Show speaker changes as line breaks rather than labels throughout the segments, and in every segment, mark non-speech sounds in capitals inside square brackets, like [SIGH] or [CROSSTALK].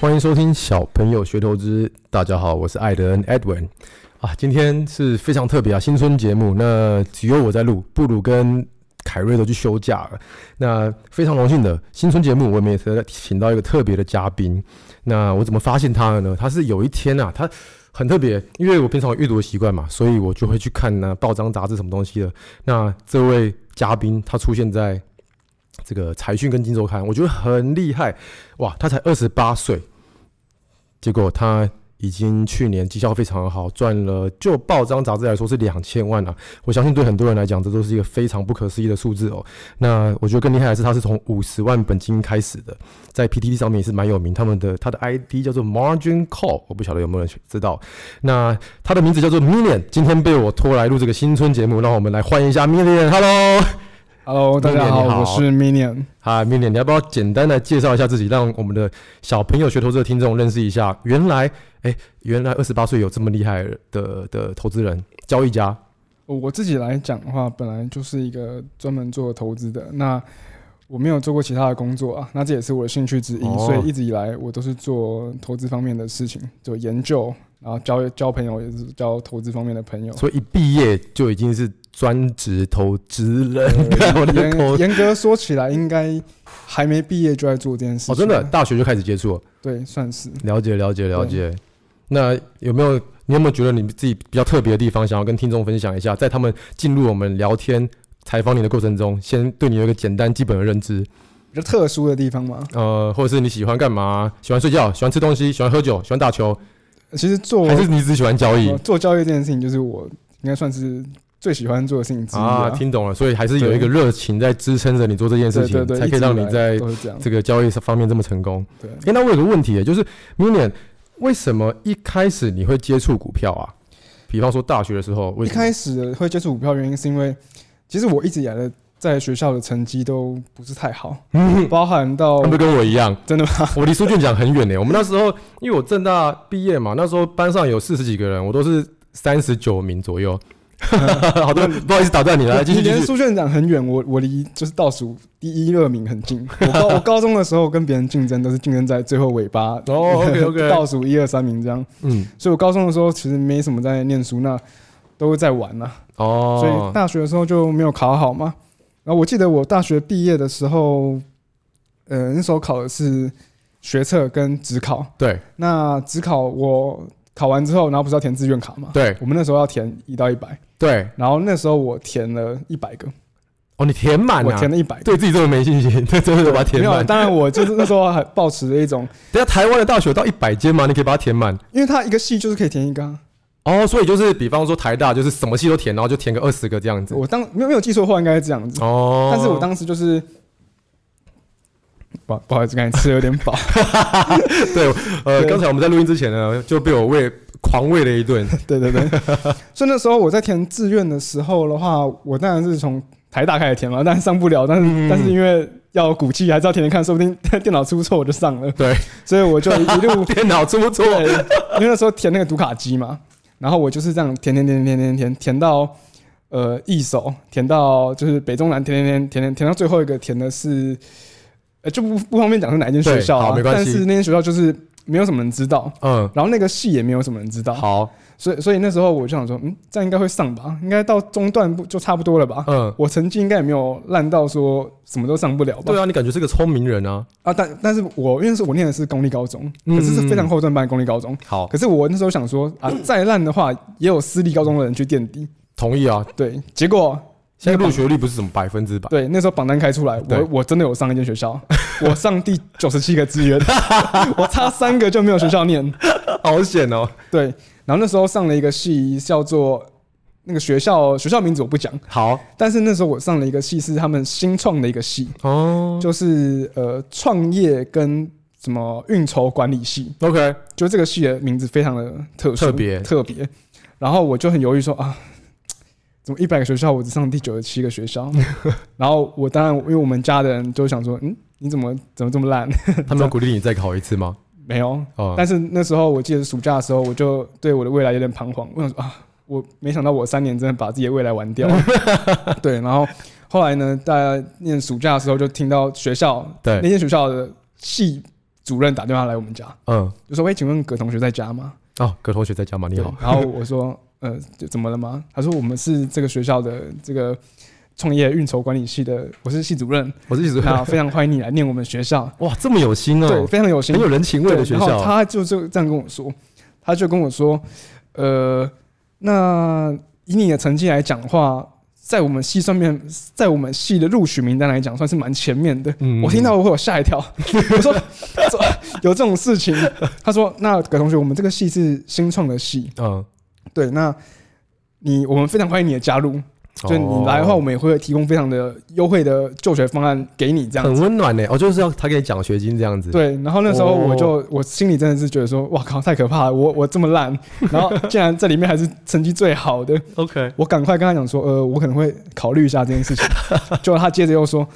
欢迎收听小朋友学投资。大家好，我是艾德恩 Edwin 啊，今天是非常特别啊，新春节目，那只有我在录，布鲁跟凯瑞都去休假了。那非常荣幸的新春节目，我们也是请到一个特别的嘉宾。那我怎么发现他的呢？他是有一天啊，他很特别，因为我平常有阅读的习惯嘛，所以我就会去看呢报章杂志什么东西的。那这位嘉宾他出现在。这个财讯跟金周刊，我觉得很厉害哇！他才二十八岁，结果他已经去年绩效非常好，赚了就报章杂志来说是两千万啊！我相信对很多人来讲，这都是一个非常不可思议的数字哦。那我觉得更厉害的是，他是从五十万本金开始的，在 PTT 上面也是蛮有名。他们的他的 ID 叫做 Margin Call，我不晓得有没有人知道。那他的名字叫做 Million，今天被我拖来录这个新春节目，让我们来欢迎一下 Million，Hello。
Hello，大家
Minion，你好
好，我是 Minion。
嗨，面脸，你要不要简单的介绍一下自己，让我们的小朋友学投资的听众认识一下？原来，哎，原来二十八岁有这么厉害的的投资人、交易家，
我我自己来讲的话，本来就是一个专门做投资的，那我没有做过其他的工作啊，那这也是我的兴趣之一，
哦
所以一直以来我都是做投资方面的事情，做研究，然后交交朋友也是交投资方面的朋友。
所以一毕业就已经是专职投资人。
哎
对， [LAUGHS] 我的口
呃严严格说起来，应该还没毕业就在做这件事情。
哦，真的，？大学就开始接触了，
对，算是。
了解，了解，了解。那有没有你有没有觉得你自己比较特别的地方，想要跟听众分享一下？在他们进入我们聊天采访你的过程中，先对你有一个简单基本的认知。
比较特殊的地方嘛，
呃，或者是你喜欢干嘛？喜欢睡觉，喜欢吃东西，喜欢喝酒，喜欢打球，
其实做
还是你只喜欢交易
我做交易这件事情，就是我应该算是最喜欢做的事情之一
啊？听懂了，所以还是有一个
对
热情在支撑着你做这件事
对对
情，
对，
才可
一
以
直
让
以
你
来
在
都是这样。
这个交易方面这么成功。
对，
诶，那我有个问题耶，就是 Million，为什么一开始你会接触股票啊？比方说大学的时候，为
一
什么
开始会接触股票，原因是因为其实我一直以来的在学校的成绩都不是太好，
嗯，
包含到
他们跟我一样，
真的
[LAUGHS]
吗？
我离书卷奖很远呢。我们那时候，因为我正大毕业嘛，那时候班上有四十几个人，我都是三十九名左右。 [LAUGHS] 好的，不好意思打断你了，来继
嗯你
续继
连
续。
苏院长很远，我我离就是倒数第一二名
[LAUGHS]
很近。我高我高中的时候跟别人竞争都是竞争在最后尾巴，
哦，OK，OK
[LAUGHS] 倒数一二三名这样。
嗯，
所以我高中的时候其实没什么在念书，那都在玩啊呐、
哦，
所以大学的时候就没有考好嘛。然后我记得我大学毕业的时候，呃，那时候考的是学测跟职考。
对
那职考我考完之后，然后不是要填志愿卡嘛？
对
我们那时候要填一到一百，
对，
然后那时候我填了一百个，
哦，你填啊满
我
了、
填了一百个。
对自己这么没信心， [LAUGHS] 对，真的把它填
没有，啊
满。
当然我就是那时候还抱持了一种，
等下台湾的大学有到一百间嘛，你可以把它填满。
因为它一个系就是可以填一个、啊。
哦，所以就是比方说台大就是什么系都填，然后就填个二十个这样子。
我当没有没有记错的话，应该是这样子。
哦，
但是我当时就是，不不好意思，刚才吃的有点饱。
呃，
对
刚才我们在录音之前呢，就被我喂狂喂了一 [LAUGHS] 顿。
对对 [LAUGHS] 对，所以那时候我在填志愿的时候的话，我当然是从台大开始填嘛，但是上不了，但是、
嗯
但是因为要有骨气，还是要填填看，说不定 [LAUGHS] 电脑出错我就上了。
对，
所以我就一路 [LAUGHS]
电脑出错，
对，因为那时候填那个读卡机嘛，然后我就是这样填填填填填填填到呃一手，填到就是北中南填填填填填填到最后一个填的是，呃就不不方便讲是哪一间学校
对好
啊，
没关系
但是那间学校就是没有什么人知道，
嗯，
然后那个系也没有什么人知道。
好，
所以所以那时候我就想说，嗯，这样应该会上吧，应该到中段不就差不多了吧？
嗯，
我成绩应该也没有烂到说什么都上不了吧？
对啊，你感觉是个聪明人啊。
啊，但但是我因为是我念的是公立高中，
嗯
可是是非常后段班的公立高中。
好，
可是我那时候想说啊，
嗯
再烂的话也有私立高中的人去垫底，
同意啊。
对。结果
现在
那
入
个榜
学率不是什么百分之百，
对那时候榜单开出来，
对
我我真的有上一间学校， [LAUGHS] 我上第九十七个志愿， [LAUGHS] 我差三个就没有学校念。
好险哦。
对，然后那时候上了一个系叫做那个学校学校名字我不讲，
好，
但是那时候我上了一个系是他们新创的一个系，
哦
就是呃创业跟什么运筹管理系，
，OK，
就这个系的名字非常的特殊
特 [LAUGHS] 别
特别。然后我就很犹豫说啊，怎么一百个学校我只上第九十七个
[LAUGHS]
学校？然后我当然因为我们家的人就想说，嗯，你怎么怎么这么烂？ [LAUGHS]
他们有鼓励你再考一次吗？
没有。
哦，
但是那时候我记得暑假的时候，我就对我的未来有点彷徨，我想说啊，我没想到我三年真的把自己的未来玩
[LAUGHS]
掉了。对，然后后来呢，大家念暑假的时候就听到学校
对
那间学校的系主任打电话来我们家，
嗯，
就说：“喂，请问葛同学在家吗
哦，葛同学在家吗？？”你
对
好，。
然后我说：“呃，就怎么了吗？”他说：“我们是这个学校的这个创业运筹管理系的，我是系主
[LAUGHS]
任，
我是一直
那非常欢迎你来念我们学校。
哇，这么有心
对，
哦，
非常有心
很，有人情味
对，
的学
然后
校。
他就就这样跟我说，他就跟我说，呃，那以你的成绩来讲的话，在我们系上面，在我们系的录取名单来讲，算是蛮前面的。
嗯
我听到我会有吓一跳， [LAUGHS] 我说怎么有这种事情。他说：“那葛同学，我们这个系是新创的系，
嗯，
对，那你我们非常欢迎你的加入，就你来的话，我
哦
们也会提供非常的优惠的就学方案给你这样子
很温暖呢。哦，就是要他给你奖学金这样子。，
对，然后那时候
哦
我就、我心里真的是觉得说，哇靠，太可怕了！我我这么烂， [LAUGHS] 然后竟然在里面还是成绩最好的，
OK，
我赶快跟他讲说，呃，我可能会考虑一下这件事情。就他接着又说，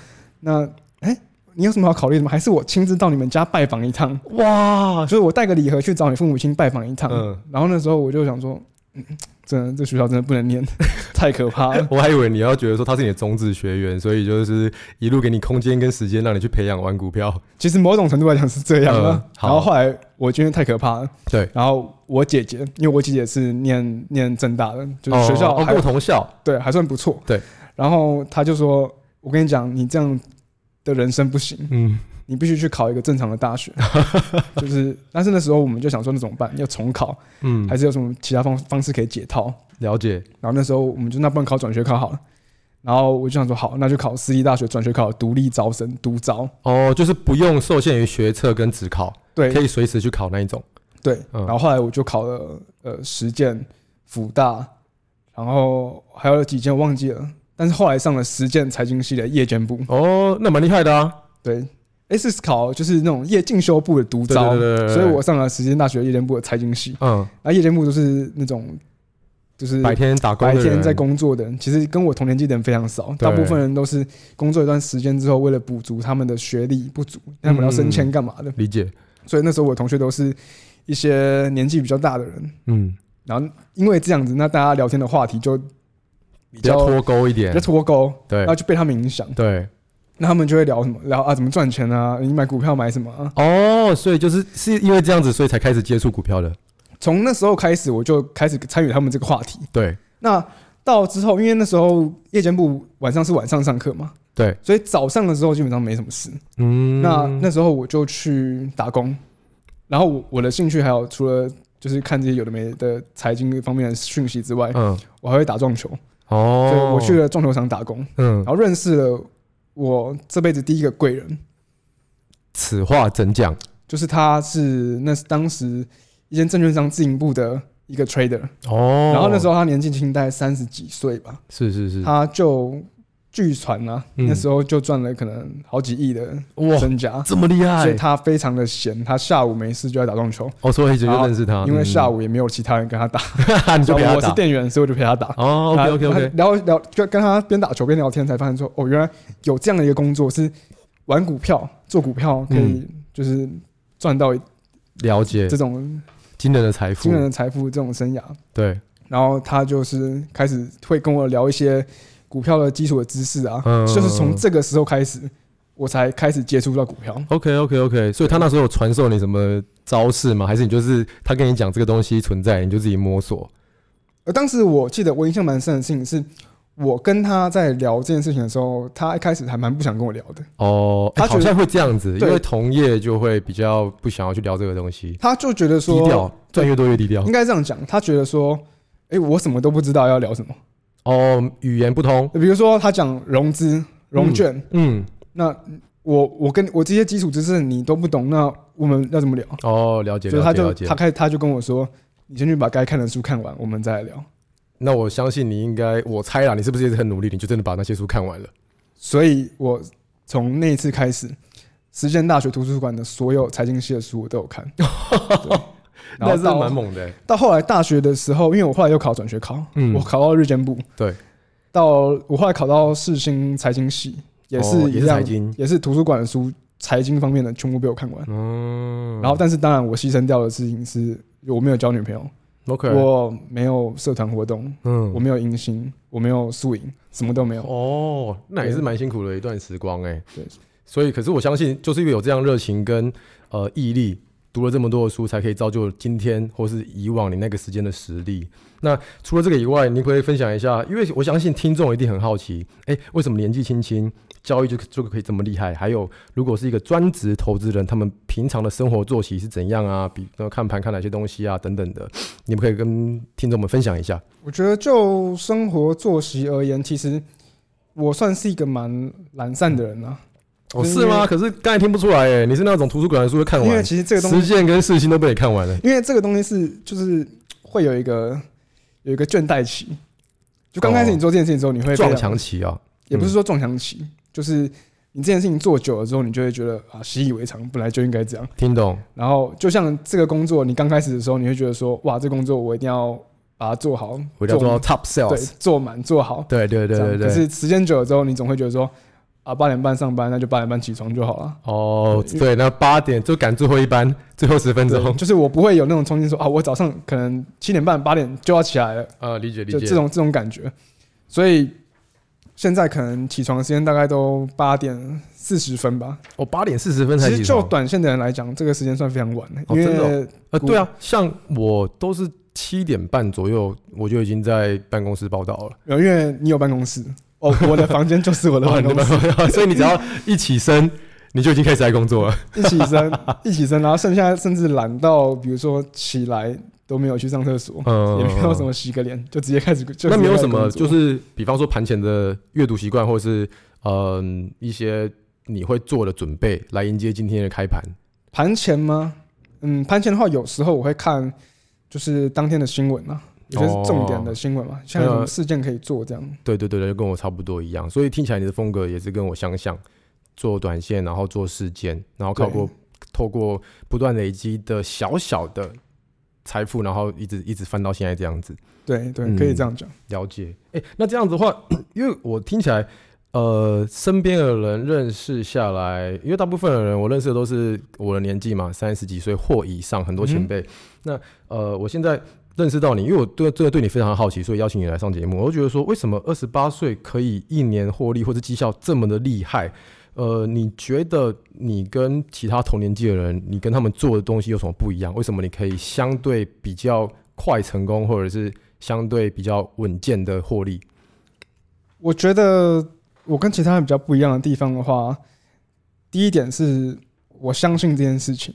那哎、你有什么好考虑的吗？还是我亲自到你们家拜访
[LAUGHS]
一趟，
哇
就，是我带个礼盒去找你父母亲拜访一趟。
嗯
然后那时候我就想说，嗯，真的这学校真的不能念， [LAUGHS] 太可怕了。
我还以为你要觉得说他是你的种子学员，所以就是一路给你空间跟时间，让你去培养玩股票。
其实某种程度来讲是这样的。啊
嗯好
然后后来我觉得太可怕了。
对，
然后我姐姐，因为我姐姐是念念正大的，就是学校
哦哦
还、
跟我同校。
对还算不错。
对，
然后她就说：“我跟你讲，你这样的人生不行，
嗯，
你必须去考一个正常的大
[LAUGHS]
学。”就是，但是那时候我们就想说，那怎么办？要重考，
嗯
还是有什么其他方方式可以解套？
了解。
然后那时候我们就那不然考转学考好了。然后我就想说，好，那就考私立大学转学考独立招生独招。
哦，就是不用受限于学测跟职考，
对
可以随时去考那一种。
对，
嗯
然后后来我就考了呃实践、辅大，然后还有几间我忘记了，但是后来上了实践财经系的夜间部，
哦，那蛮厉害的啊。
对，诶是考就是那种夜进修部的独
对
招
对，对对对
所以我上了实践大学夜间部的财经系，
嗯，
那夜间部就是那种就是
白天打工
白
的人
天在工作的人，其实跟我同年纪的人非常少，
对
大部分人都是工作一段时间之后，为了补足他们的学历不足，他们要升迁干嘛的，
理解。
所以那时候我的同学都是一些年纪比较大的人。
嗯，
然后因为这样子，那大家聊天的话题就比
比较
较
脱钩一点
比较。啊脱钩，
对
然后就被他们影响。
对。
那他们就会聊什么？聊啊，怎么赚钱啊？你买股票买什么啊？
哦，所以就是是因为这样子，所以才开始接触股票的。
从那时候开始，我就开始参与他们这个话题。
对
那到之后，因为那时候夜间部晚上是晚上上课嘛，
对，
所以早上的时候基本上没什么事。
嗯，
那那时候我就去打工，然后我我的兴趣还有除了就是看这些有的没的财经方面的讯息之外，
嗯
我还会打撞球，哎所以
哦，
我去了撞球场打工。
嗯
然，后认识了我这辈子第一个贵人，
此话怎讲？
就是他是那是当时一间证券商自营部的一个 trader，
哦，
然后那时候他年纪轻，大概三十几岁吧，
是是是，
他就据传啊，
嗯
那时候就赚了可能好几亿的
哇，
身家，
这么厉
所
害
以！他非常的闲，他下午没事就在打撞球，
哦，所以一直就认识他，
因为
嗯
下午也没有其他人跟他打，
[LAUGHS] 你就陪
然
他
后我是啊
打。
店员，所以我就陪他打。
哦，OK OK OK，
然后聊就跟他边打球边聊天，才发现说，哦，原来有这样的一个工作是玩股票、做股票可以
嗯
就是赚到
了解
这种
惊人的财富
惊，人的财富，这种生涯。
对，
然后他就是开始会跟我聊一些股票的基础的知识啊，
嗯
就是从这个时候开始，我才开始接触到股票。
OK OK OK，所以他那时候有传授你什么招式吗？还是你就是他跟你讲这个东西存在，你就自己摸索？
而当时我记得我印象蛮深的事情是，我跟他在聊这件事情的时候，他一开始还蛮不想跟我聊的。
哦，哎
他觉
好
得
像会这样子，因
对
为同业就会比较不想要去聊这个东西，
他就觉得
低
说嗯
调，，赚越多越低调
应。该这样讲，他觉得说，诶，我什么都不知道要聊什么。
哦，语言不通，
比如说他讲融资、融券，
嗯，
那我我跟我这些基础知识你都不懂，那我们要怎么聊？
哦，了解
所以他
了解
就
了解
他。开他就跟我说，你先去把该看的书看完，我们再来聊。
那我相信你应该，我猜啦，你是不是也是很努力，你就真的把那些书看完了？
所以我从那一次开始，实践大学图书馆的所有财经系的书我都有看。对
[LAUGHS]
然
那
后
是
到
蛮猛的、欸。
到后来大学的时候，因为我后来又考转学考，
嗯
我考到日间部，
对，
到我后来考到世新财经系，也是
哦也
一
是
样，
财经
也是图书馆的书，财经方面的全部被我看完。
嗯，
然后，但是当然我牺牲掉的事情是，我没有交女朋友，
OK，
我没有社团活动，
嗯
我没有迎新，我没有宿营，什么都没有。
哦，那也是蛮辛苦的一段时光哎、
对
所以，可是我相信，就是因为有这样热情跟呃毅力，读了这么多的书，才可以造就今天或是以往你那个时间的实力。那除了这个以外，你可不可以分享一下，因为我相信听众一定很好奇，哎、为什么年纪轻轻交易就就可以这么厉害？还有，如果是一个专职投资人，他们平常的生活作息是怎样啊？比呃看盘看哪些东西啊，等等的，你们可以跟听众们分享一下。
我觉得就生活作息而言，其实我算是一个蛮懒散的人啊。
哦，
就是
是吗？可是刚才听不出来，哎，你是那种图书馆的书会看
因为
完，
其实这个东
实
西，
践跟事情都被你看完了。
因为这个东西是就是会有一个有一个倦怠期。就刚开始你做这件事情之后，你会非常
撞墙期啊，
也不是说撞墙期，就是你这件事情做久了之后，你就会觉得啊，习以为常，本来就应该这样。
听懂？
然后就像这个工作，你刚开始的时候，你会觉得说，哇，这工作我一定要把它做好，
我一定要做到
满
top
对
sales。，
做满做好。
对对对
这样
对对。
可是时间久了之后，你总会觉得说，啊，八点半上班，那就八点半起床就
[LAUGHS]
好了。
哦，
对
对，那八点就赶最后一班，最后十分
对
[LAUGHS] 钟。
就是我不会有那种冲劲说啊，我早上可能七点半八点就要起来了，
呃，理解理
就
解。
这种这种感觉。所以现在可能起床的时间大概都八点四十分吧。
哦，八点四十分才
其
起
实就
床。
短线的人来讲，这个时间算非常晚了，
哦
因
真的哦
为
呃，
股
对啊，像我都是七点半左右，我就已经在办公室报道了。
没有呃因为你有办公室，哦，我的房间就是我的
哇
办
哦你
公
们
室，
[LAUGHS] 所以你只要一起身，你就已经开始在工作了。
一起身，一起身，然后剩下甚至懒到，比如说起来都没有去上厕所，
嗯，
[LAUGHS] 也没有什么洗个脸，就直接开始，就
那
直接
没有
开始
什么，
工
就
作
是比方说盘前的阅读习惯，或者是嗯、一些你会做的准备，来迎接今天的开盘。
盘前吗？嗯，盘前的话，有时候我会看，就是当天的新闻嘛，有些是重点
哦
的新闻嘛，像有什么事件可以做这样。
对对对对，就跟我差不多一样，所以听起来你的风格也是跟我相像，做短线，然后做事件，然后靠过透过不断累积的小小的财富，然后一直一直翻到现在这样子。
对对，
嗯
可以这样讲。
了解，哎、那这样子的话，因为我听起来，呃，身边的人认识下来，因为大部分的人我认识的都是我的年纪嘛，三十几岁或以上，很多前辈。那呃，我现在认识到你，因为我对真的对你非常好奇，所以邀请你来上节目。我就觉得说，为什么二十八岁可以一年获利或者绩效这么的厉害？呃，你觉得你跟其他同年纪的人，你跟他们做的东西有什么不一样？为什么你可以相对比较快成功，或者是相对比较稳健的获利。
我觉得我跟其他人比较不一样的地方的话，第一点是我相信这件事情，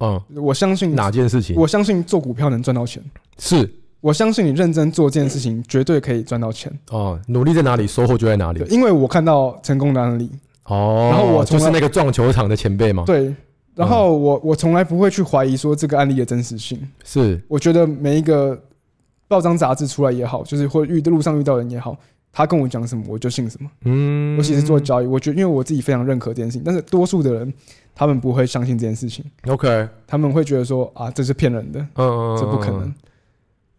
嗯，
我相信
哪件事情？
我相信做股票能赚到钱，
是
我相信你认真做这件事情绝对可以赚到钱。
哦、努力在哪里，收获就在哪里
对，。因为我看到成功的案例，
哦，
然后我
就
从
是
来
那个撞球场的前辈嘛。，
对，
嗯
然后我我从来不会去怀疑说这个案例的真实性。
是
我觉得每一个报章杂志出来也好，就是或遇路上遇到人也好，他跟我讲什么我就信什么。
嗯，
尤其是做交易，我觉得因为我自己非常认可这件事情，但是多数的人他们不会相信这件事情，
OK，嗯
他们会觉得说啊这是骗人的，
嗯，嗯
这不可能。。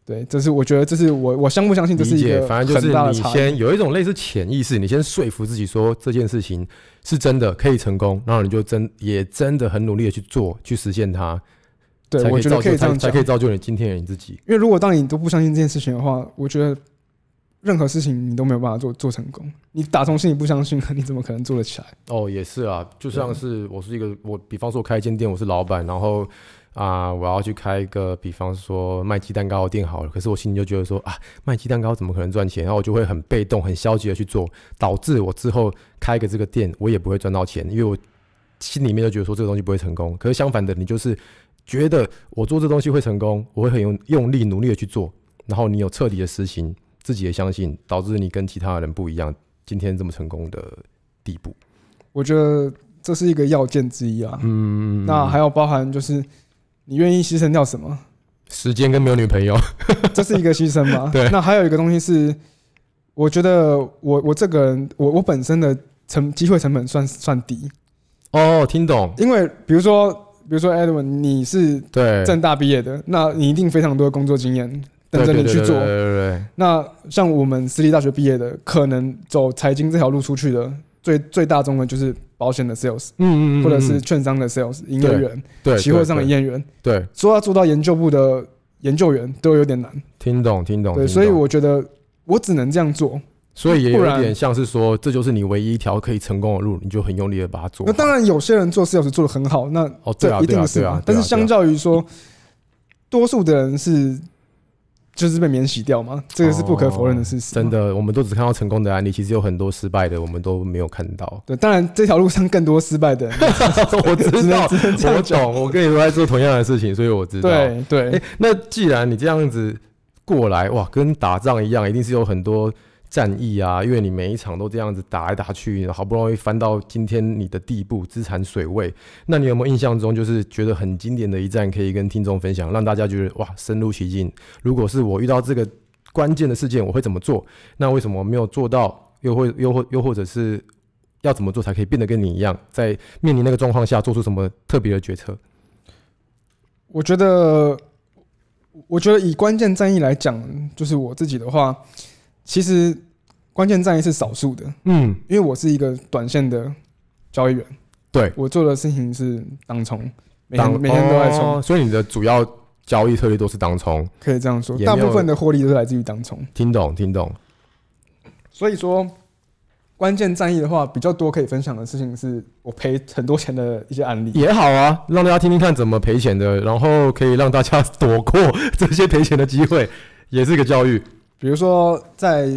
对，这是我觉得这是我我相不相信这是
理
一
解，
个
反正就是
很大的
你
差异。
先有一种类似潜意识，你先说服自己说这件事情是真的，可以成功，然后你就真也真的很努力的去做，去实现它，
对
才，可
我
以
觉得
造
可以
就
这
才才
样讲，
可以
因
造就你今天的你自己。
为如果当你都不相信这件事情的话，我觉得任何事情你都没有办法做做成功。你打从心里不相信，你怎么可能做得起来？
哦，也是啊，就像是我是一个我，比方说我开一间店，我是老板，然后啊、我要去开一个，比方说卖鸡蛋糕的店好了，可是我心里就觉得说啊，卖鸡蛋糕怎么可能赚钱？然后我就会很被动、很消极的去做，导致我之后开个这个店，我也不会赚到钱，因为我心里面就觉得说这个东西不会成功。可是相反的，你就是觉得我做这东西会成功，我会很用用力、努力的去做，然后你有彻底的实行，自己也相信，导致你跟其他人不一样，今天这么成功的地步。
我觉得这是一个要件之一啊。
嗯，
那还有包含就是你愿意牺牲掉什么，
时间跟没有女朋
[LAUGHS]
友，
这是一个牺牲
[LAUGHS]
嘛？
对
那还有一个东西是，我觉得我我这个人，我我本身的成机会成本算算低，
哦，听懂，
因为比如说比如说 Edwin，你是
对，
正大毕业的，那你一定非常多的工作经验
对
等着
对
你
对
去
对
做。
对对对，
那像我们私立大学毕业的，可能走财经这条路出去的，最最大宗的就是保险的 sales，
嗯嗯嗯，
或者是
嗯
券商的 sales，营业员，
对
期货上的
对
营业员，
对，对
说要做到研究部的研究员都有点难。
听懂听懂，
对，
听
所以
懂
我觉得我只能这样做，
所以也
不
有一
然
点像是说，这就是你唯一一条可以成功的路，你就很用力的把它做好。
那当然，有些人做 sales 做的很好，那
哦，对
这
啊，
一
对啊
定，是
对
嘛
啊。
但是相
相
较于说，多数的人是就是被免洗掉嘛，这个是不可否认的事实。。
哦真。的，我们都只看到成功的案例，其实有很多失败的，我们都没有看到 [LAUGHS]
对，当然这条路上更多失败的人。
我知道，
这样
我懂，我跟你都在做同样的事情，所以我知道。
对对、
哎、那既然你这样子过来，哇，跟打仗一样，一定是有很多战役啊，因为你每一场都这样子打来打去，好不容易翻到今天你的地步，资产水位。那你有没有印象中就是觉得很经典的一战，可以跟听众分享，让大家觉得哇，深入其境。如果是我遇到这个关键的事件，我会怎么做？那为什么没有做到？又或又或又或者是要怎么做才可以变得跟你一样，在面临那个状况下做出什么特别的决策？
我觉得，我觉得以关键战役来讲，就是我自己的话，其实关键战役是少数的，
嗯，
因为我是一个短线的交易员，
对
我做的事情是当冲，每
当
天每天都在冲，
哦所以你的主要交易策略都是当冲，
可以这样说，
也没
大
有
部分的获利都是来自于当冲。
听懂听懂，
所以说，关键战役的话，比较多可以分享的事情是我赔很多钱的一些案例。
也好啊，让大家听听看怎么赔钱的，然后可以让大家躲过这些赔钱的机会，也是个教育。
比如说，在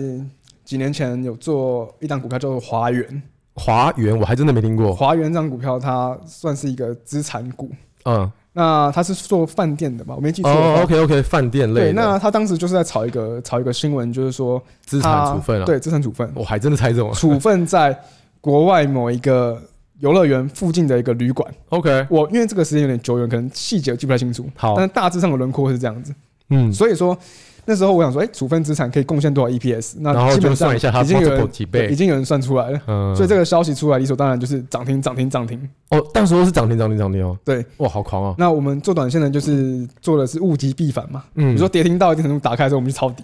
几年前有做一档股票叫做华元，
华元我还真的没听过，
华元这张股票它算是一个资产股，
嗯，
那它是做饭店的吧？我没记错的
哦
话。
，OK OK，饭店类的
对，那它当时就是在炒一个炒一个新闻，就是说
资
它
产处分啊，，
对资产处分，
我还真的猜中了
处分在国外某一个游乐园附近的一个旅馆。
，OK，
我因为这个时间有点久远，可能细节我记不太清楚，
好，
但大致上的轮廓是这样子。
嗯，
所以说那时候我想说，哎、处分资产可以贡献多少 EPS？那
然后
基
就
本
算
上
一下它
已经有
multiple
人
几
对已
倍，
经有人算出来了。
嗯，
所以这个消息出来，理所当然就是涨停、涨停、涨停。
哦，到时候是涨停涨停涨停哦，
对，
哇，好狂哦，
那我们做短线的，就是做的是物极必反嘛。
嗯，
比如说跌停到一定程度打开的时候，我们去抄底；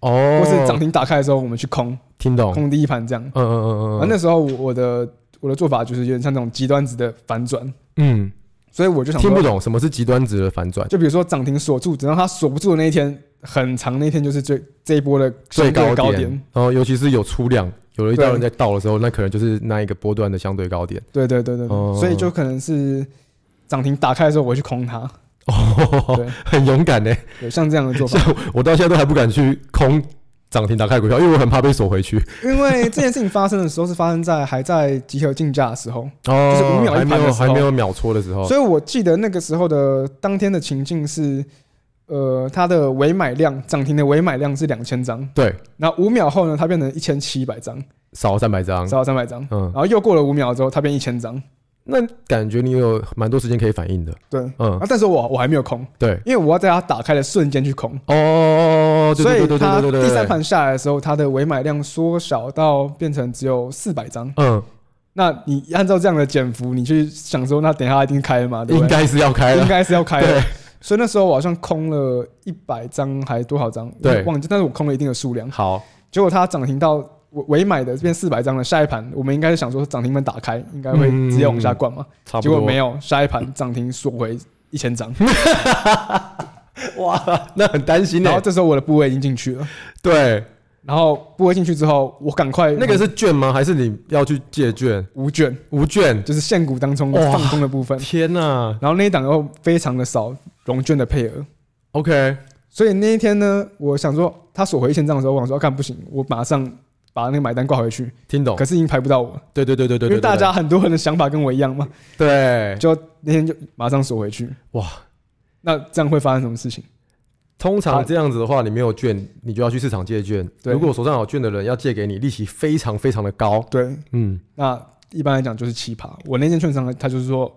哦，
或是涨，停打开的时候，我们去空，
听懂，嗯
空第一盘这样。
嗯嗯嗯
然后
嗯，
那时候我我的我的做法就是有点像那种极端值的反转，
嗯，
所以我就想说
听不懂什么是极端值的反转。
就比如说涨停锁住，等到它锁不住的那一天，很长那一天就是最这一波的
最
相对
高
高
点，
点。
然后尤其是有出量，有了一道
对
人在倒的时候，那可能就是那一个波段的相对高点。
对对对对对，
哦
所以就可能是涨停打开的时候，我会去空它。
哦
对，
很勇敢呢，
对，像这样的做
[LAUGHS]
法，
我到现在都还不敢去空涨停打开股票，因为我很怕被锁回去。
因为这件事情发生的时候是发生在还在集合竞价的时候，
哦
就是五秒
还
一
没
盘的时
有
候
还没有秒戳的时候。
所以我记得那个时候的当天的情境是，呃，它的尾买量涨停的尾买量是两千张，
对，
然后五秒后呢，它变成一千七百张，
少三百张。
少到三百张，
嗯
然，后又过了五秒之后，它变一千张，
那感觉你有蛮多时间可以反应的。
对，
嗯
然后，但是我我还没有空，
对。
因为我要在它打开的瞬间去空。
哦，对
所以
对对
它
对对对对。
第三，盘下来的时候，它的尾买量缩小到变成只有四百张。
嗯，
那你按照这样的减幅，你去想说，那等一下一定开了嘛？对不
应
对？
该是要开
应
了。
该是要开
对
的。所以那时候我好像空了一百张还多少张，
对
我忘记，但是我空了一定的数量。
好，
结果它涨停到尾尾买的变四百张了，下一盘我们应该是想说涨停板打开，应该会
嗯
直接往下灌嘛。
差不
结
多。
果没有，下一盘涨停缩回一千张，
哇，那很担心呢
然。后这时候我的部位已经进去了，
对，
然后部位进去之后，我赶快
那个是券吗？还是你要去借券？
无卷，
无券。
就是现股当中
哇
放空的部分。
天呐、
然后那一档又非常的少融券的配额，
o k
所以那一天呢，我想说他锁回一千张的时候，我想说，啊干不行，我马上把那个买单挂回去。
听懂
可？是已经排不到我，
对对对哦对对对
因为大家很多人的想法跟我一样嘛，
对
就那天就马上锁回去。
哇，
那这样会发生什么事情？
通常这样子的话，你没有券，你就要去市场借券。
对
如果手上有券的人要借给你，利息非常非常的高。
对，
嗯，
那一般来讲就是奇葩。我那天券商他就是说，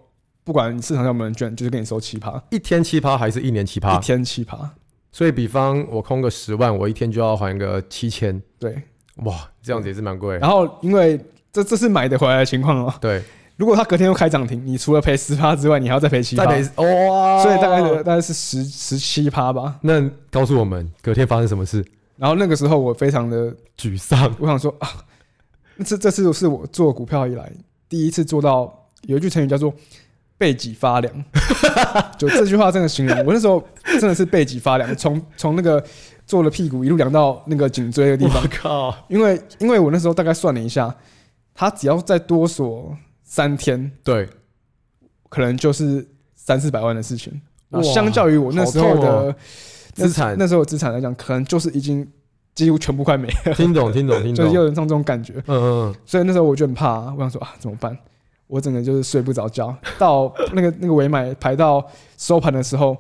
不管市场上有没有人券，就是给你收奇葩，
一天奇葩还是一年奇
一
葩？
天奇葩。
所以，比方我空个十万，我一天就要还个七千，
对，
哇，这样子也是蛮贵。
然后因为这这是买得回来的情况哦。
对，
如果他隔天又开涨停，你除了赔十趴之外，你还要再赔七趴
再，赔哇、
所以大概大概是十十七趴吧。
那告诉我们隔天发生什么事？
然后那个时候我非常的
[LAUGHS] 沮丧。
我想说啊，那这这次是我做股票以来第一次做到，有一句成语叫做“背脊发 [LAUGHS] 凉”，就这句话真的形容我那时候真的是背脊发凉，从从那个坐了屁股一路量到那个颈椎的地方，
靠，
因为因为我那时候大概算了一下，他只要再多锁三天，
对，
可能就是三四百万的事情。
哇
相较于我那时候
好痛哦
的那
资产
那时候的资产来讲，可能就是已经几乎全部快没
[LAUGHS]
了，
听懂听懂听
就
懂
是，有点像这种感觉。
嗯嗯
所以那时候我就很怕、我想说啊，怎么办？我整个就是睡不着觉，到那个 [LAUGHS] 那个尾买排到收盘的时候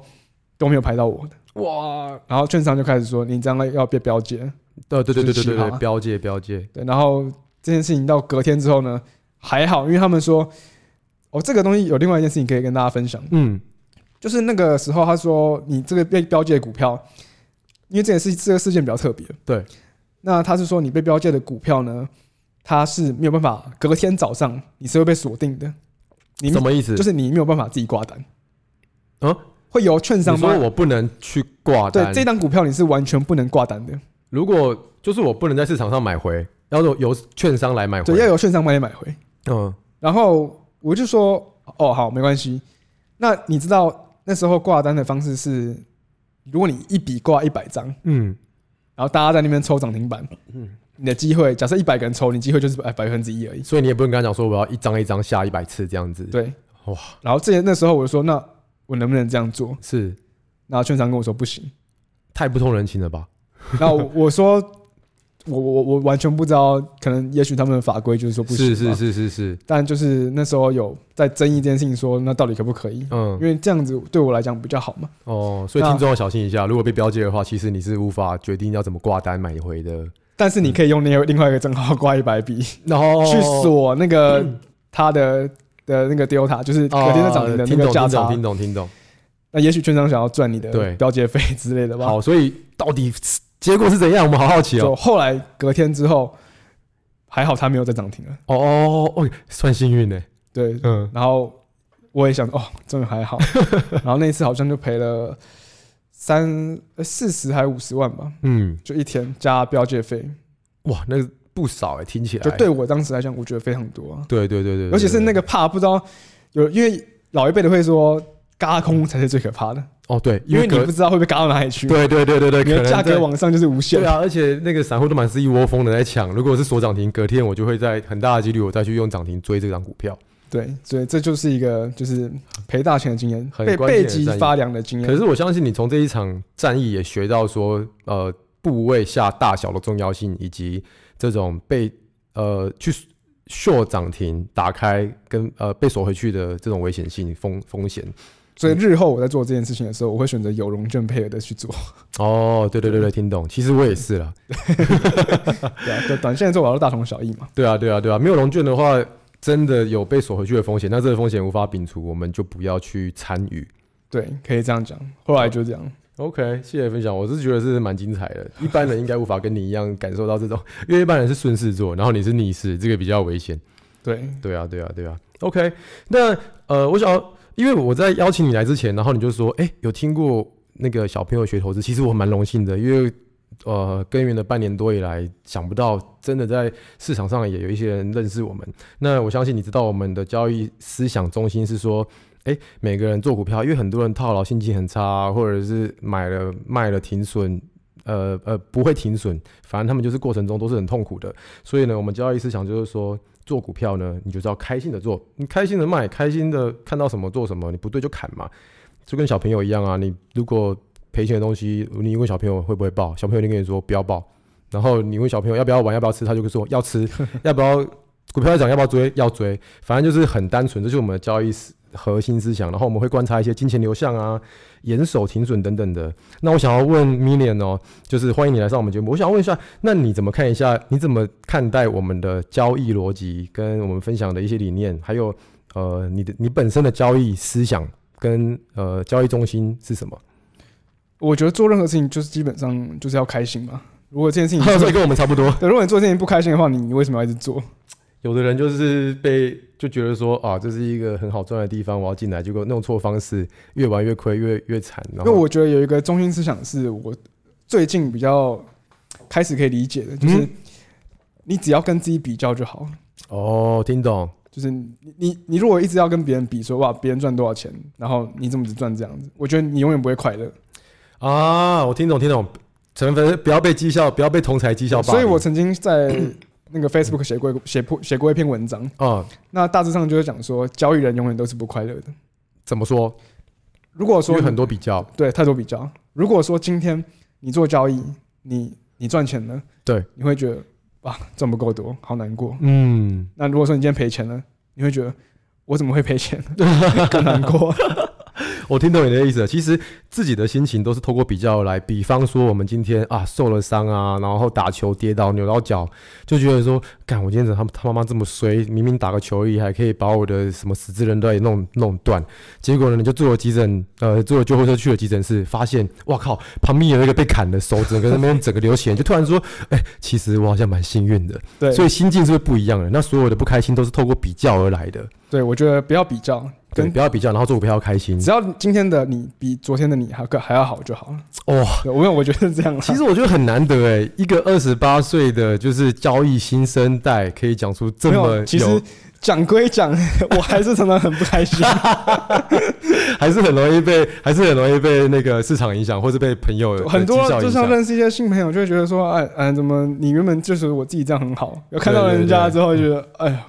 都没有排到我的，
嗯，哇，
然后券商就开始说你这样要变标界，
呃对对对对对对
就是啊
对
奇葩，
标界标界，
对，然后这件事情到隔天之后呢，还好，因为他们说，哦，这个东西有另外一件事情可以跟大家分享，
嗯，
就是那个时候他说你这个被标界的股票，因为这件事这个事件比较特别，
对，
那他是说你被标界的股票呢，它是没有办法隔天早上你是会被锁定的，你
嗯什么意思？
就是你没有办法自己挂单，
嗯，
会由券商
你
帮
说我不能去挂
对
单，
这档股票你是完全不能挂单的，
如果就是我不能在市场上买回，要由由券商来买回
对，，要由券商帮你买回。
嗯，
然后我就说，哦，好，没关系。那你知道那时候挂单的方式是，如果你一笔挂一百张，
嗯，
然后大家在那边抽涨停板，
嗯
你的机会，假设一百个人抽，你机会就是哎百百分之一而已。
所以你也不能跟他讲说我要一张一张下一百次这样子。，
对，
哇，
然后之前那时候我就说，那我能不能这样做？
是
然后券商跟我说
[LAUGHS]
不行。
太不通人情了吧？
然后我我说，我我我完全不知道，可能也许他们的法规就是说不行。
是是。是是是，
但就是那时候有在争议这件事情说那到底可不可以？因
嗯，
为这样子对我来讲比较好嘛。
哦，所以
那
听众要小心一下，如果被标记的话，其实你是无法决定要怎么挂单买回的。
但是你可以用另外另外一个账号挂一百笔、
然后
去锁那个他的的那个 delta，就是
哦
隔天的涨停的那
听
个
懂
价
听
差
懂。听懂听懂。
那也许券商想要赚你的
对
标借费之类的吧。
好，所以到底结果是怎样？我们好好奇
就
哦。
后来隔天之后，还好他没有再涨停了。
哦哦哦，算幸运呢。
对，
嗯，
然后我也想哦，终于
[LAUGHS]
还好。然后那一次好像就赔了三呃四十还五十万吧，
嗯，
就一天加标借费，
哇，那不少哎，听起来。
就对我当时来讲，我觉得非常多啊。
对对对对，对
尤其是
对
那个怕不知道有，因为老一辈的会说嘎空才是最可怕的，
哦对，
因为你
可
不知道会被嘎到哪里去，
对对对对对，
你
可
的
能
价格
在
往上就是无限
对。啊，而且那个散户都满是一窝蜂的在抢。如果是锁涨停，隔天我就会在很大的几率我再去用涨停追这张股票。
对，所以这就是一个就是赔大钱的经验，
很
被
关键
背
的
脊
战役
发凉的经
可
验。
是我相信你从这一场战役也学到说，呃，部位下大小的重要性，以及这种被呃去 short 涨停打开跟呃被锁回去的这种危险性风风险。
所以日后我在做这件事情的时候，我会选择有融券配合的去做。
哦，对对对对，听懂。其实我也是啦。嗯
对啊，就短线做，我要大同小异嘛。
对啊，对啊，对啊，没有融券的话，真的有被锁回去的风险。那这个风险无法摒除，我们就不要去参与。
对，可以这样讲。后来就这样，
OK，谢谢分享，我是觉得是蛮精彩的。一般人应该无法跟你一样感受到这种，因为一般人是顺势做，然后你是逆势，这个比较危险。
对
对啊，对啊，对啊。OK，那呃，我想要，因为我在邀请你来之前，然后你就说，哎，有听过那个小朋友学投资，其实我蛮荣幸的，因为呃，根源的半年多以来，想不到真的在市场上也有一些人认识我们。那我相信你知道我们的交易思想中心是说。哎，每个人做股票，因为很多人套牢，心情很差，或者是买了卖了停损，呃呃不会停损，反正他们就是过程中都是很痛苦的。所以呢，我们交易思想就是说，做股票呢，你就是要开心的做，你开心的卖，开心的看到什么做什么，你不对就砍嘛，就跟小朋友一样啊。你如果赔钱的东西，你问小朋友会不会报，小朋友就跟你说不要报，然后你问小朋友要不要玩，要不要吃，他就会说要吃， [LAUGHS] 要不要股票要涨，要不要追，要追，反正就是很单纯，这就是我们的交易思核心思想。然后我们会观察一些金钱流向啊、严守停损等等的。那我想要问 Million 哦，就是欢迎你来上我们节目，我想问一下，那你怎么看一下？你怎么看待我们的交易逻辑，跟我们分享的一些理念，还有呃，你的你本身的交易思想跟呃交易中心是 [LAUGHS] 什么？，
我觉得做任何事情就是基本上就是要开心嘛。如果这件事
[LAUGHS]
情
所以跟我们差不多。
对，如果你做这件事情不开心的话，你你为什么要一直做？
有的人就是被就觉得说啊，这是一个很好赚的地方，我要进来，结果弄错方式，越玩越亏，越越惨。然
因为
后
我觉得有一个中心思想是我最近比较开始可以理解的，就是
嗯
你只要跟自己比较就好了。
哦，听懂，
就是你你你如果一直要跟别人比说哇别人赚多少钱，然后你怎么只赚这样子，我觉得你永远不会快乐。
啊，我听懂听懂，成分不要被讥笑，不要被同才讥笑霸凌。
所以我曾经在那个 Facebook 写过一个写过写过一篇文章，
啊、
那大致上就是讲说，交易人永远都是不快乐的。
怎么说？
如果
因
说
为很多比较，
对太多比较，如果说今天你做交易，你你赚钱了，
对，
你会觉得哇赚不够多，好难过。
嗯，
那如果说你今天赔钱了，你会觉得我怎么会赔钱， [LAUGHS] 更
[LAUGHS]
难过。
我听懂你的意思了。其实自己的心情都是透过比较来，比方说我们今天啊受了伤啊，然后打球跌倒扭到脚，就觉得说，干我今天怎么他他妈妈这么衰，明明打个球而已，还可以把我的什么十字韧带也弄弄断。结果呢，你就坐了急诊，呃，坐了救护车去了急诊室，发现哇靠，旁边有一个被砍的手，整个那边整个流血，就突然说，哎、其实我好像蛮幸运的。
对，
所以心境是会不一样的。那所有的不开心都是透过比较而来的，
对我觉得不要比较，
对，
跟
不要比较，然后做股票开心。
只要今天的你比昨天的你还更还要好就好了。
哇、
对，我我觉得是这样 [LAUGHS] 啦。
其实我觉得很难得哎，一个二十八岁的就是交易新生代，可以讲出这
没
么
有，
有，
其实讲归讲， [LAUGHS] 我还是常常很不开心。
[LAUGHS] 还是很容易被，还是很容易被那个市场影响，或是被朋友的
很
讥
多
笑
就
影
像
响。
认识一些新朋友，就会觉得说，哎哎，怎么你原本就是我自己这样很好，有看到
对对
人家
对
之后就觉得，哎呀，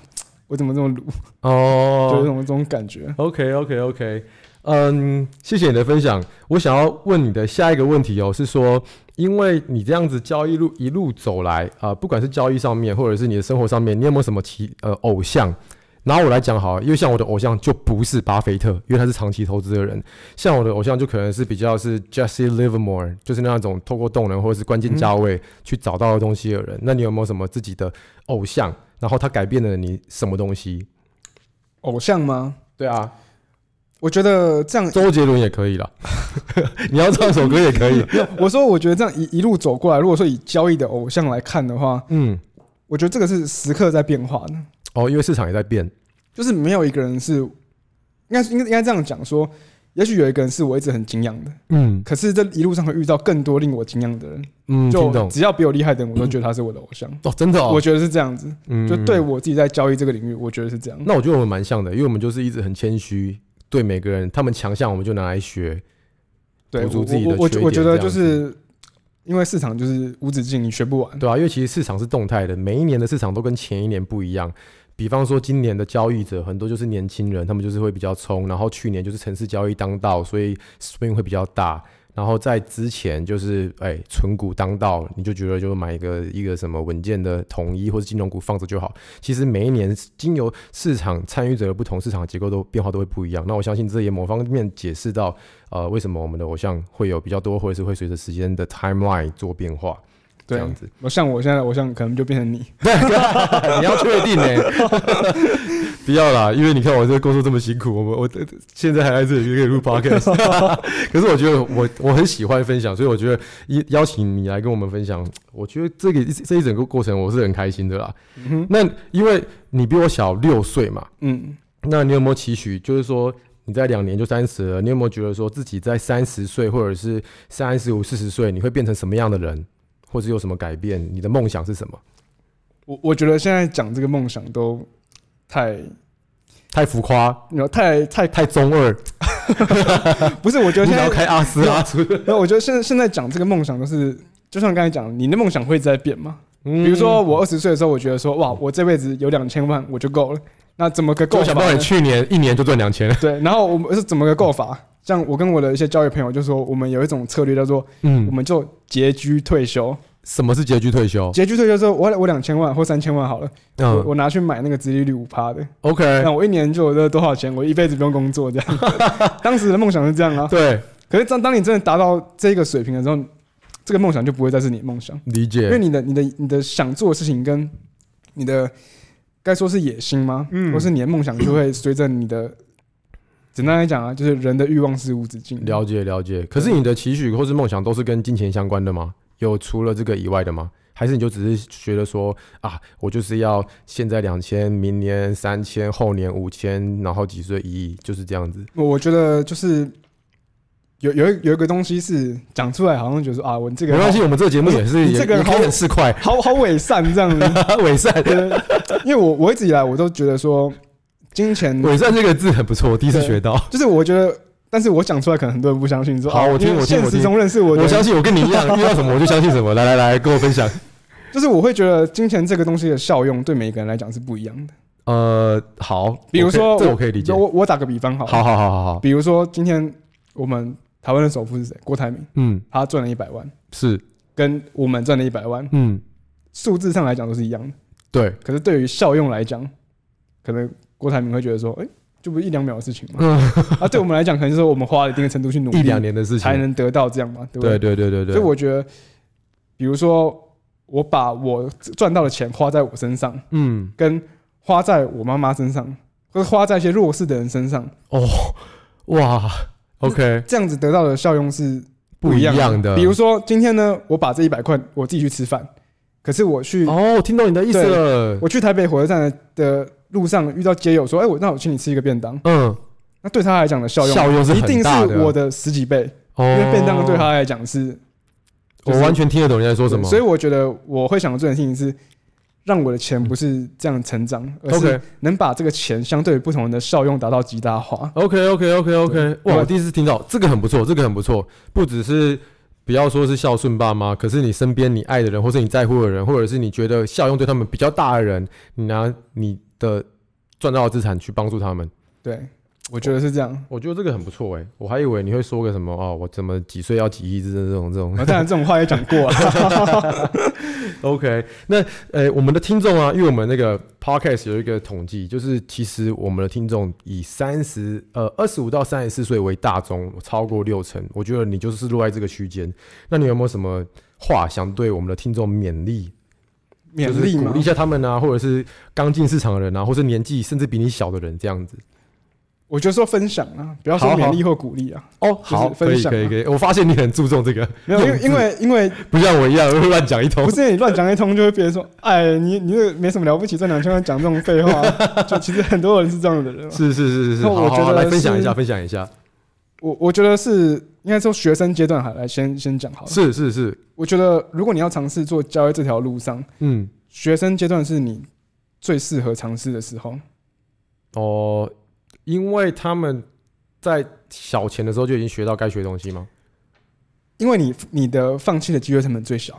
我怎么这么鲁，就是这
哦
种这种感觉。
，OK OK OK，嗯，谢谢你的分享。我想要问你的下一个问题哦，是说，因为你这样子交易路一路走来啊、不管是交易上面，或者是你的生活上面，你有没有什么其呃偶像？拿我来讲好了，因为像我的偶像就不是巴菲特，因为他是长期投资的人。像我的偶像就可能是比较是 Jesse Livermore，就是那种透过动能或者是关键价位去找到的东西的人。那你有没有什么自己的偶像？然后他改变了你什么东西？
偶像吗？
对啊，
我觉得这
[LAUGHS]
样，
周杰伦也可以啦，你要唱首歌也 [LAUGHS] 可以。
我说我觉得这样一一路走过来，如果说以交易的偶像来看的话，
嗯，
我觉得这个是时刻在变化的，
哦，因为市场也在变。
就是没有一个人是，应该应该应该这样讲说，也许有一个人是我一直很敬仰的，
嗯
可是这一路上会遇到更多令我敬仰的人，
嗯，听
就
懂。
只要比我厉害的人，我都觉得他是我的偶像。
哦，真的哦，
我觉得是这样子，
嗯
就对。我自己在交易这个领域，我觉得是这样。
那我觉得我们蛮像的，因为我们就是一直很谦虚，对每个人他们强项我们就拿来学。
对
补足
我
自己的
我我
缺
我
点
觉得
这样
就是因为市场就是无止境，你学不完。
对啊，因为其实市场是动态的，每一年的市场都跟前一年不一样。比方说，今年的交易者很多就是年轻人，他们就是会比较冲，然后去年就是城市交易当道，所以 swing 会比较大。然后在之前就是哎，纯股当道，你就觉得就买一个一个什么稳健的统一或者金融股放着就好。其实每一年经由市场参与者的不同，市场结构都变化都会不一样。那我相信这也某方面解释到，呃，为什么我们的偶像会有比较多，或者是会随着时间的 timeline 做变化，这
对
样，子。
我像我现在的偶像可能就变成你。
[LAUGHS] 你要确定呢、欸 [LAUGHS] 不要啦，因为你看我这个工作这么辛苦，我们我我现在还在这里可以录 podcast，可是 [LAUGHS] 我觉得我我很喜欢分享，所以我觉得一邀请你来跟我们分享，我觉得这个这一整个过程我是很开心的啦。
嗯哼
那因为你比我小六岁嘛，
嗯，
那你有没有期许？就是说你在两年就三十了，你有没有觉得说自己在三十岁或者是三十五、四十岁，你会变成什么样的人，或者有什么改变？你的梦想是什么？
我我觉得现在讲这个梦想都太，
太浮夸，
你知道太太
太中二，
不是，我觉得
你
现
想要
在，
开阿斯拉出，
没有我觉得现在现在讲这个梦想都是，就像刚才讲，你的梦想会一直在变嘛。
比
[LAUGHS] 比如说
嗯
我二十岁的时候，我觉得说哇，我这辈子有两千万我就够了。那怎么个够
我
法呢？
想不到你去年一年就赚两千，
对，然后我们是怎么个够法？像我跟我的一些交易朋友就说，我们有一种策略叫做，我
嗯，
们就拮据退休。
什么是拮据退休？
拮据退休之后，我我两千万或三千万好了，我
嗯
我拿去买那个殖利率五趴的，
，OK，
那我一年就有这多少钱？我一辈子不用工作这
[LAUGHS]
样。当时的梦想是这样啊，
对，
可是当当你真的达到这个水平的时候，这个梦想就不会再是你的梦想，
理
因
解，
为你的你的你的想做的事情跟你的该说是野心吗？
嗯
或是你的梦想就会随着你的，简单来讲啊，就是人的欲望是无止境的。
了解了解。可是你的期许或是梦想都是跟金钱相关的吗？有除了这个以外的吗？还是你就只是觉得说啊，我就是要现在两千，明年三千，后年五千，然后几岁一亿，就是这样子。
我我觉得就是有有一有一个东西是讲出来，好像觉得说啊，我这个
没关系，我们这个节目
不是
也是
你
也
这
也
个人
可以
好，
很市侩
[LAUGHS] 嗯好好伪善这样 [LAUGHS] 子。
[LAUGHS] 伪善，
对因为我我一直以来我都觉得说，金钱
伪善这个字很不错，我第一次
对
学到。
就是我觉得但是我讲出来，可能很多人不相信，说
好
哦
我听
因为
我听
现
我
实
听
中认识我的
我
人，
相信我跟你一样，遇到什么我就相信什么。来来来，跟我分享。
就是我会觉得金钱这个东西的效用对每个人来讲是不一样的。
呃，好，
比如说
我可以这我可以理解。
就
好
我我打个比方好了，
好好好好，
比如说今天我们台湾的首富是谁？郭台铭，
嗯，
他赚了一百万，
是，
跟我们赚了一百万，
嗯，
数字上来讲都是一样的，
对，
可是对于效用来讲，可能郭台铭会觉得说，哎、这不是一两秒的事情吗？
嗯， [LAUGHS]
啊，对我们来讲，可能就是我们花了一定的程度去努力，
一两年的事情
才，能得到这样嘛，对不
对对对对对，
所以我觉得，比如说我把我赚到的钱花在我身上，
嗯，
跟花在我妈妈身上，或者花在一些弱势的人身上，
哦，哇，OK，
这样子得到的效用是
不
一
一
样
样的。
比如说今天呢，我把这一百块我自己去吃饭，可是我去、
哦，我听懂你的意思
对
了。
我去台北火车站的路上遇到街友说，哎、我那我请你吃一个便当，
嗯，
那对他来讲的效用
效用是
一定
很大的
是我的十几倍，
哦，
因为便当对他来讲是，
我
就是
完全听得懂你在说什么。
所以我觉得我会想做的事情是，让我的钱不是这样成长，而是
OK
能把这个钱相对于不同人的效用达到极大化。
OK OK OK OK，
对
哇，我第一次听到这个很不错，这个很不错，不只是。不要说是孝顺爸妈，可是你身边你爱的人，或是你在乎的人，或者是你觉得效用对他们比较大的人，你拿你的赚到的资产去帮助他们，
对，我觉得是这样。
我觉得这个很不错哎、我还以为你会说个什么哦，我怎么几岁要几亿这这种这种
啊，当然这种话也讲过了。 [LAUGHS]
OK，那呃，我们的听众啊，因为我们那个 Podcast 有一个统计，就是其实我们的听众以三十呃二十五到三十四岁为大宗，超过六成，我觉得你就是落在这个区间。那你有没有什么话想对我们的听众勉励，
勉
就是
励
鼓
嘛
励一，下他们啊，或者是刚进市场的人啊，或是年纪甚至比你小的人这样子？
我就说分享啊，不要说
好好
勉励或鼓励啊。
哦，
是
好，可
分
以
享啊
可以可以，我发现你很注重这个， [LAUGHS]
没有，因为因为因为
不像我一样会乱讲一通
不。是你乱讲一通，就会别人说，哎，你你这没什么了不起，赚两千万讲这种废话， [LAUGHS] 就其实很多人是这样的人嘛。
是是是是是，
那我
好好
觉
好
得
来分享
是
一下，分享一下，
我我觉得是应该说学生阶段还来先先讲好了。
是是是，
我觉得如果你要尝试做交易这条路上，
嗯。
学生阶段是你最适合尝试的时候。
哦，因为他们在小钱的时候就已经学到该学的东西吗？
因为你你的放弃的机会成本最小，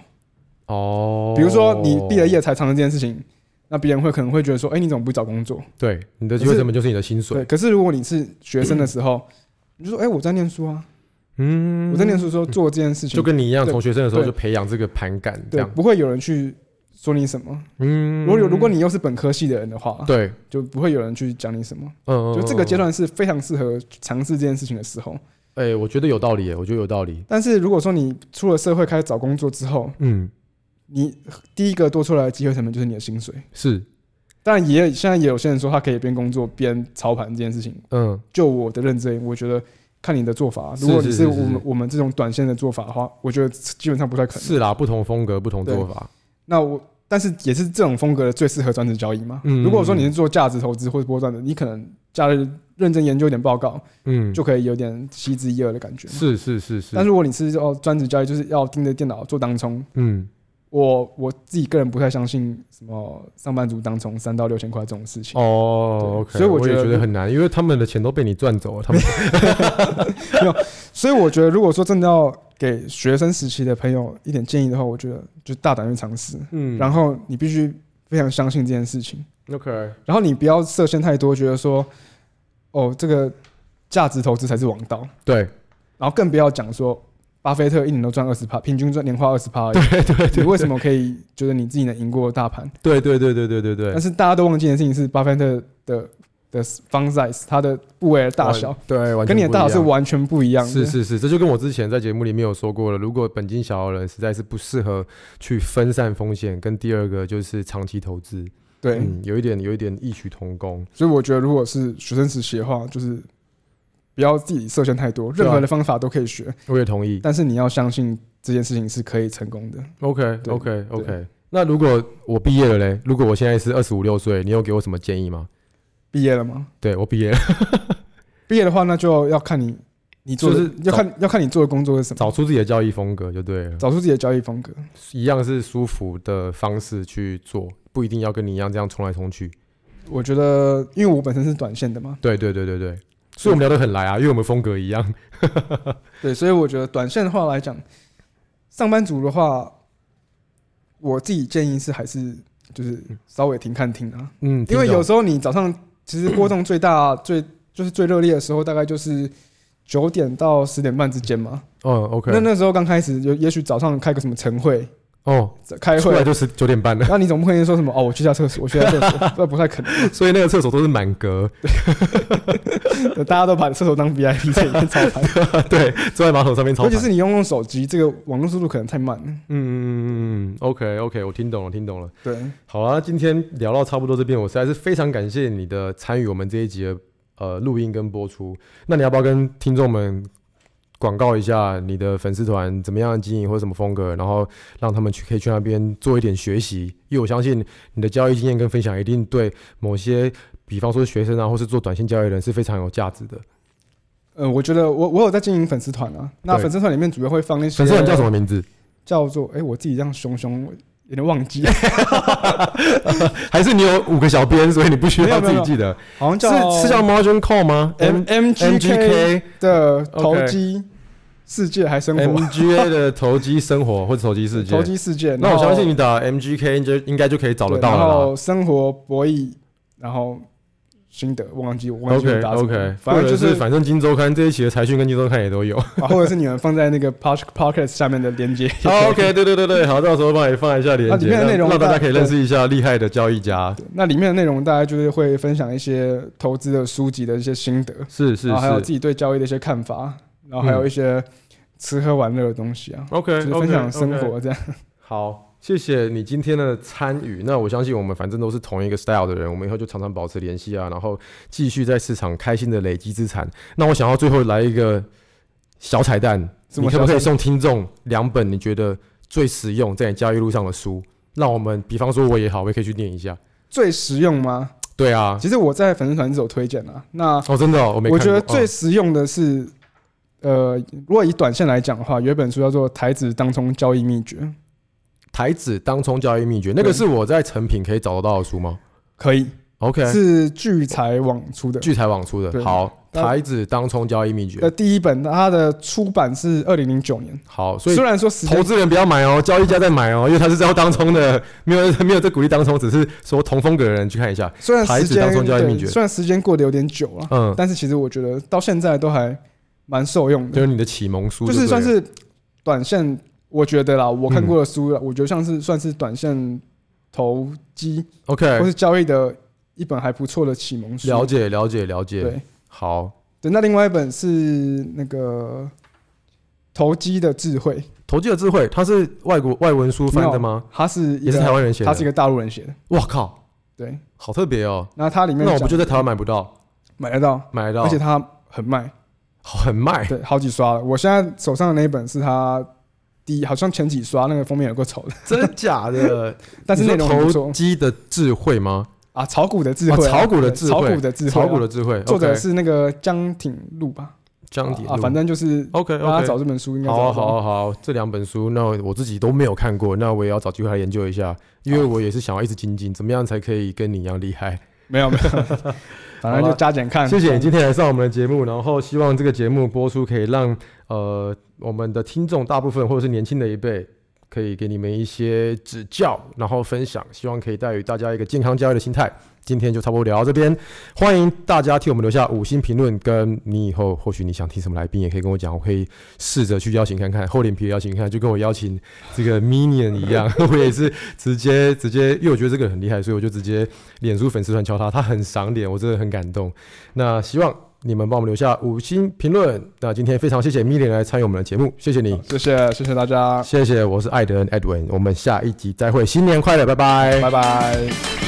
哦，
比如说你毕了业，才尝试这件事情，那别人会可能会觉得说，哎、你怎么不找工作？
对，你的机会成本就是你的薪
对，
水。
可是如果你是学生的时候，你就说，哎、我在念书啊，
嗯
我在念书的时候做这件事情，
就跟你一样，
对
从学生的时候
对
就培养这个盘感，这
对，
样。
不会有人去说你什么。
嗯，
如果有如果你又是本科系的人的话，，
对，
就不会有人去讲你什么。
嗯，嗯
就这个阶，
嗯
段是非常适合尝试这件事情的时候。
嗯哎，我觉得有道理耶，我觉得有道理。
但是如果说你出了社会开始找工作之后，
嗯，
你第一个多出来的机会成本就是你的薪水。
是，
当然也现在也有些人说他可以边工作边操盘这件事情，
嗯，
就我的认知，我觉得看你的做法，啊
是
如果你
是
是
是
我们
是是
我们这种短线的做法的话，我觉得基本上不太可能。
是啦，不同风格，不同做法。
那我但是也是这种风格的最适合专职交易嘛。
嗯
如果说你是做价值投资或者波段的，你可能假日认真研究一点报告，
嗯，
就可以有点惜之一二的感觉嘛。
是是是是
但，如果你是要专职交易，就是要盯着电脑做当冲，
嗯，
我我自己个人不太相信什么上班族当冲三到六千块这种事情。
哦，OK，
对所以我
我也
觉得
觉得很难，因为他们的钱都被你赚走了，
[LAUGHS]
他们
所以我觉得，如果说真的要给学生时期的朋友一点建议的话，我觉得就大胆去尝试，
嗯
然后你必须非常相信这件事情，
OK，
然后你不要设限太多，觉得说哦这个价值投资才是王道，
对，
然后更不要讲说巴菲特一年都赚二十趴，平均赚年化二十趴，对对对，你为什么可以觉得你自己能赢过大盘？
对对对对对对对
但，是大家都忘记的事情是巴菲特的的 fund size，它的部位的大小
完对，完全
跟你的
不一
大小
样
是完全不一样的，
是是是，这就跟我之前在节目里面有说过了，如果本金小的人实在是不适合去分散风险，跟第二个就是长期投资，
对。
嗯，有一点有一点异曲同工。
所以我觉得，如果是学生时期的话，就是不要自己设限太多，
对啊
任何的方法都可以学，
我也同意。
但是你要相信这件事情是可以成功的。
OK
对
OK OK。那如果我毕业了嘞，如果我现在是二十五六岁，你有给我什么建议吗？
毕业了吗？
对我毕业了，
毕业的话，那就要看你你做的
就是
要看要看你做的工作是什么，
找出自己的交易风格就对了，
找出自己的交易风格。
一样是舒服的方式去做，不一定要跟你一样这样冲来冲去。
我觉得，因为我本身是短线的嘛，
对对对对对，所以我们聊得很来啊，因为我们风格一样。
对，所以我觉得短线的话来讲，上班族的话，我自己建议是还是就是稍微停看停啊，
嗯，
因为
听懂
有时候你早上其实波动
[COUGHS]
最大、最就是最热烈的时候，大概就是九点到十点半之间嘛。
嗯，OK，
那那时候刚开始，有也许早上开个什么晨会、
哦，
开
出
会
来，就是九点半了，
然后你总不可能说什么哦，我去下厕所，我去下厕所， [LAUGHS] 那不太可能，
所以那个厕所都是满格，
[LAUGHS] 大家都把厕所当 VIP 在里面操盘，
对，啊坐在马桶上面超
尤其
烦。
是你用用手机，这个网络速度可能太慢了。
嗯嗯嗯嗯，OK OK，我听懂了，听懂了。
对，
好啊，今天聊到差不多这边，我实在是非常感谢你的参与我们这一集的呃录音跟播出。那你要不要跟听众们广告一下你的粉丝团怎么样经营或者什么风格，然后让他们去可以去那边做一点学习？因为我相信你的交易经验跟分享一定对某些，比方说学生啊，或是做短线交易的人是非常有价值的。
呃，我觉得我我有在经营粉丝团啊，那
对
粉丝团里面主要会放那些
粉丝团叫什么名字？
叫做哎、我自己这样熊熊，我有点忘
[LAUGHS]
记，
还是你有五个小编，所以你不需
没
要
有
自
没
己
有
记得？
好像
是
叫
是叫 Margin Call 吗
M M G K
MGK
的投机世界还生活，
MGA 的投机生活或者投机世界
投。机世界。
那
然
我
后
相信你打 MGK 应该应该就可以找得
对
到
然
了啦。
后生活博弈，然后心得忘记我忘记
OK
我打什么
OK，
反正就
或者反正金周刊这一期的财讯跟金周刊也
[LAUGHS]
都有。
啊，或者是你们放在那个 pod podcast 下面的链接。
好啊 OK，对对对对，好，到时候帮你放一下链
那
接，
啊里面的内
让
容
让大
大
家可以认识一下厉害的交易家。
对那里面的内容大概就是会分享一些投资的书籍的一些心得，
是是
然后还有自
是。
己对交易的一些看法，然后还有一些吃喝玩乐的东西啊，
OK
就是
嗯 OK，
分享生活这样。
好，谢谢你今天的参与。那我相信我们反正都是同一个 style 的人，我们以后就常常保持联系啊，然后继续在市场开心的累积资产。那我想要最后来一个小彩蛋，
什
你
么
可
小
不可以
彩蛋
送听众两本你觉得最实用在你交易路上的书？让我们，比方说我也好，我也可以去念一下。
最实用吗？
对啊，
其实我在粉丝团是有推荐的啊、那
哦，真的、哦，我没看过。
我觉得最
哦
实用的是，呃，如果以短线来讲的话，有一本书叫做《台子当冲交易秘诀》，
台子当冲交易秘诀，那个
对
是我在成品可以找得到的书吗
可以
？OK，
是聚财网出的。
聚财网出的。
对
好，
那呃
台子当冲交易秘诀
的。第一本，它的出版是二零零九年，
好，所以
虽然说时
投
间
资人不要买哦，交易家在买哦，因为他是要当冲的， [LAUGHS] 没有没有在鼓励当冲，只是说同风格的人去看一下。
虽然
台
时
子当
间
冲交易秘
对
诀
虽然时间过得有点久了，
嗯，
但是其实我觉得到现在都还蛮受用
就是
的，
你的启蒙书
就
对了，
是算是短线，我觉得啦，我看过的书啦，我觉得像是算是短线投机
OK，
或是交易的一本还不错的启蒙书。
了解了解了解。
对
好，
对，那另外一本是那个投机的智慧，
投机的智慧，它是外国外文书翻的吗？
它是一
也是台
个，
湾人写的。
它是一个大陆人写的。
哇靠，
对，
好特别哦。
那它里面
那我不
讲
就在台湾买不到，
买得到，
买得到，
而且它很卖，
好很卖。
[LAUGHS] 对，好几刷了。我现在手上的那一本是它第一，好像前几刷那个封面有够丑的， [LAUGHS]
真的假 [LAUGHS] 的？
但是
你
内
说
容很不错
投机的智慧吗？
啊。炒股的智慧
啊
啊，
炒股的
对
智
炒
慧
股的智慧啊，
炒股的智慧，
作者
OK，
是那个江挺路吧？
江底
啊，反正就是
OK
大
OK
家。找这本书应该
好
找
啊，
得到
好啊，好啊，这两本书，那我自己都没有看过，那我也要找机会来研究一下，因为我也是想要一直精进，怎么样才可以跟你一样厉害？
没有没有， [LAUGHS] 反正就加减
[LAUGHS]
看。
谢谢你
嗯
今天来上我们的节目，然后希望这个节目播出可以让呃我们的听众大部分或者是年轻的一辈。可以给你们一些指教，然后分享，希望可以带给大家一个健康交易的心态。今天就差不多聊到这边，欢迎大家替我们留下五星评论，跟你以后或许你想听什么来宾，也可以跟我讲，我可以试着去邀请看看，厚脸皮的邀请看看，就跟我邀请这个 Minion 一样，我也是直接直接，因为我觉得这个很厉害，所以我就直接脸书粉丝团敲他，他很赏脸，我真的很感动。那希望你们帮我们留下五星评论。那今天非常谢谢 Minion 来参与我们的节目，谢谢你，
谢谢谢谢大家，
谢谢，我是艾德恩 Edwin，我们下一集再会，新年快乐，拜拜
拜拜。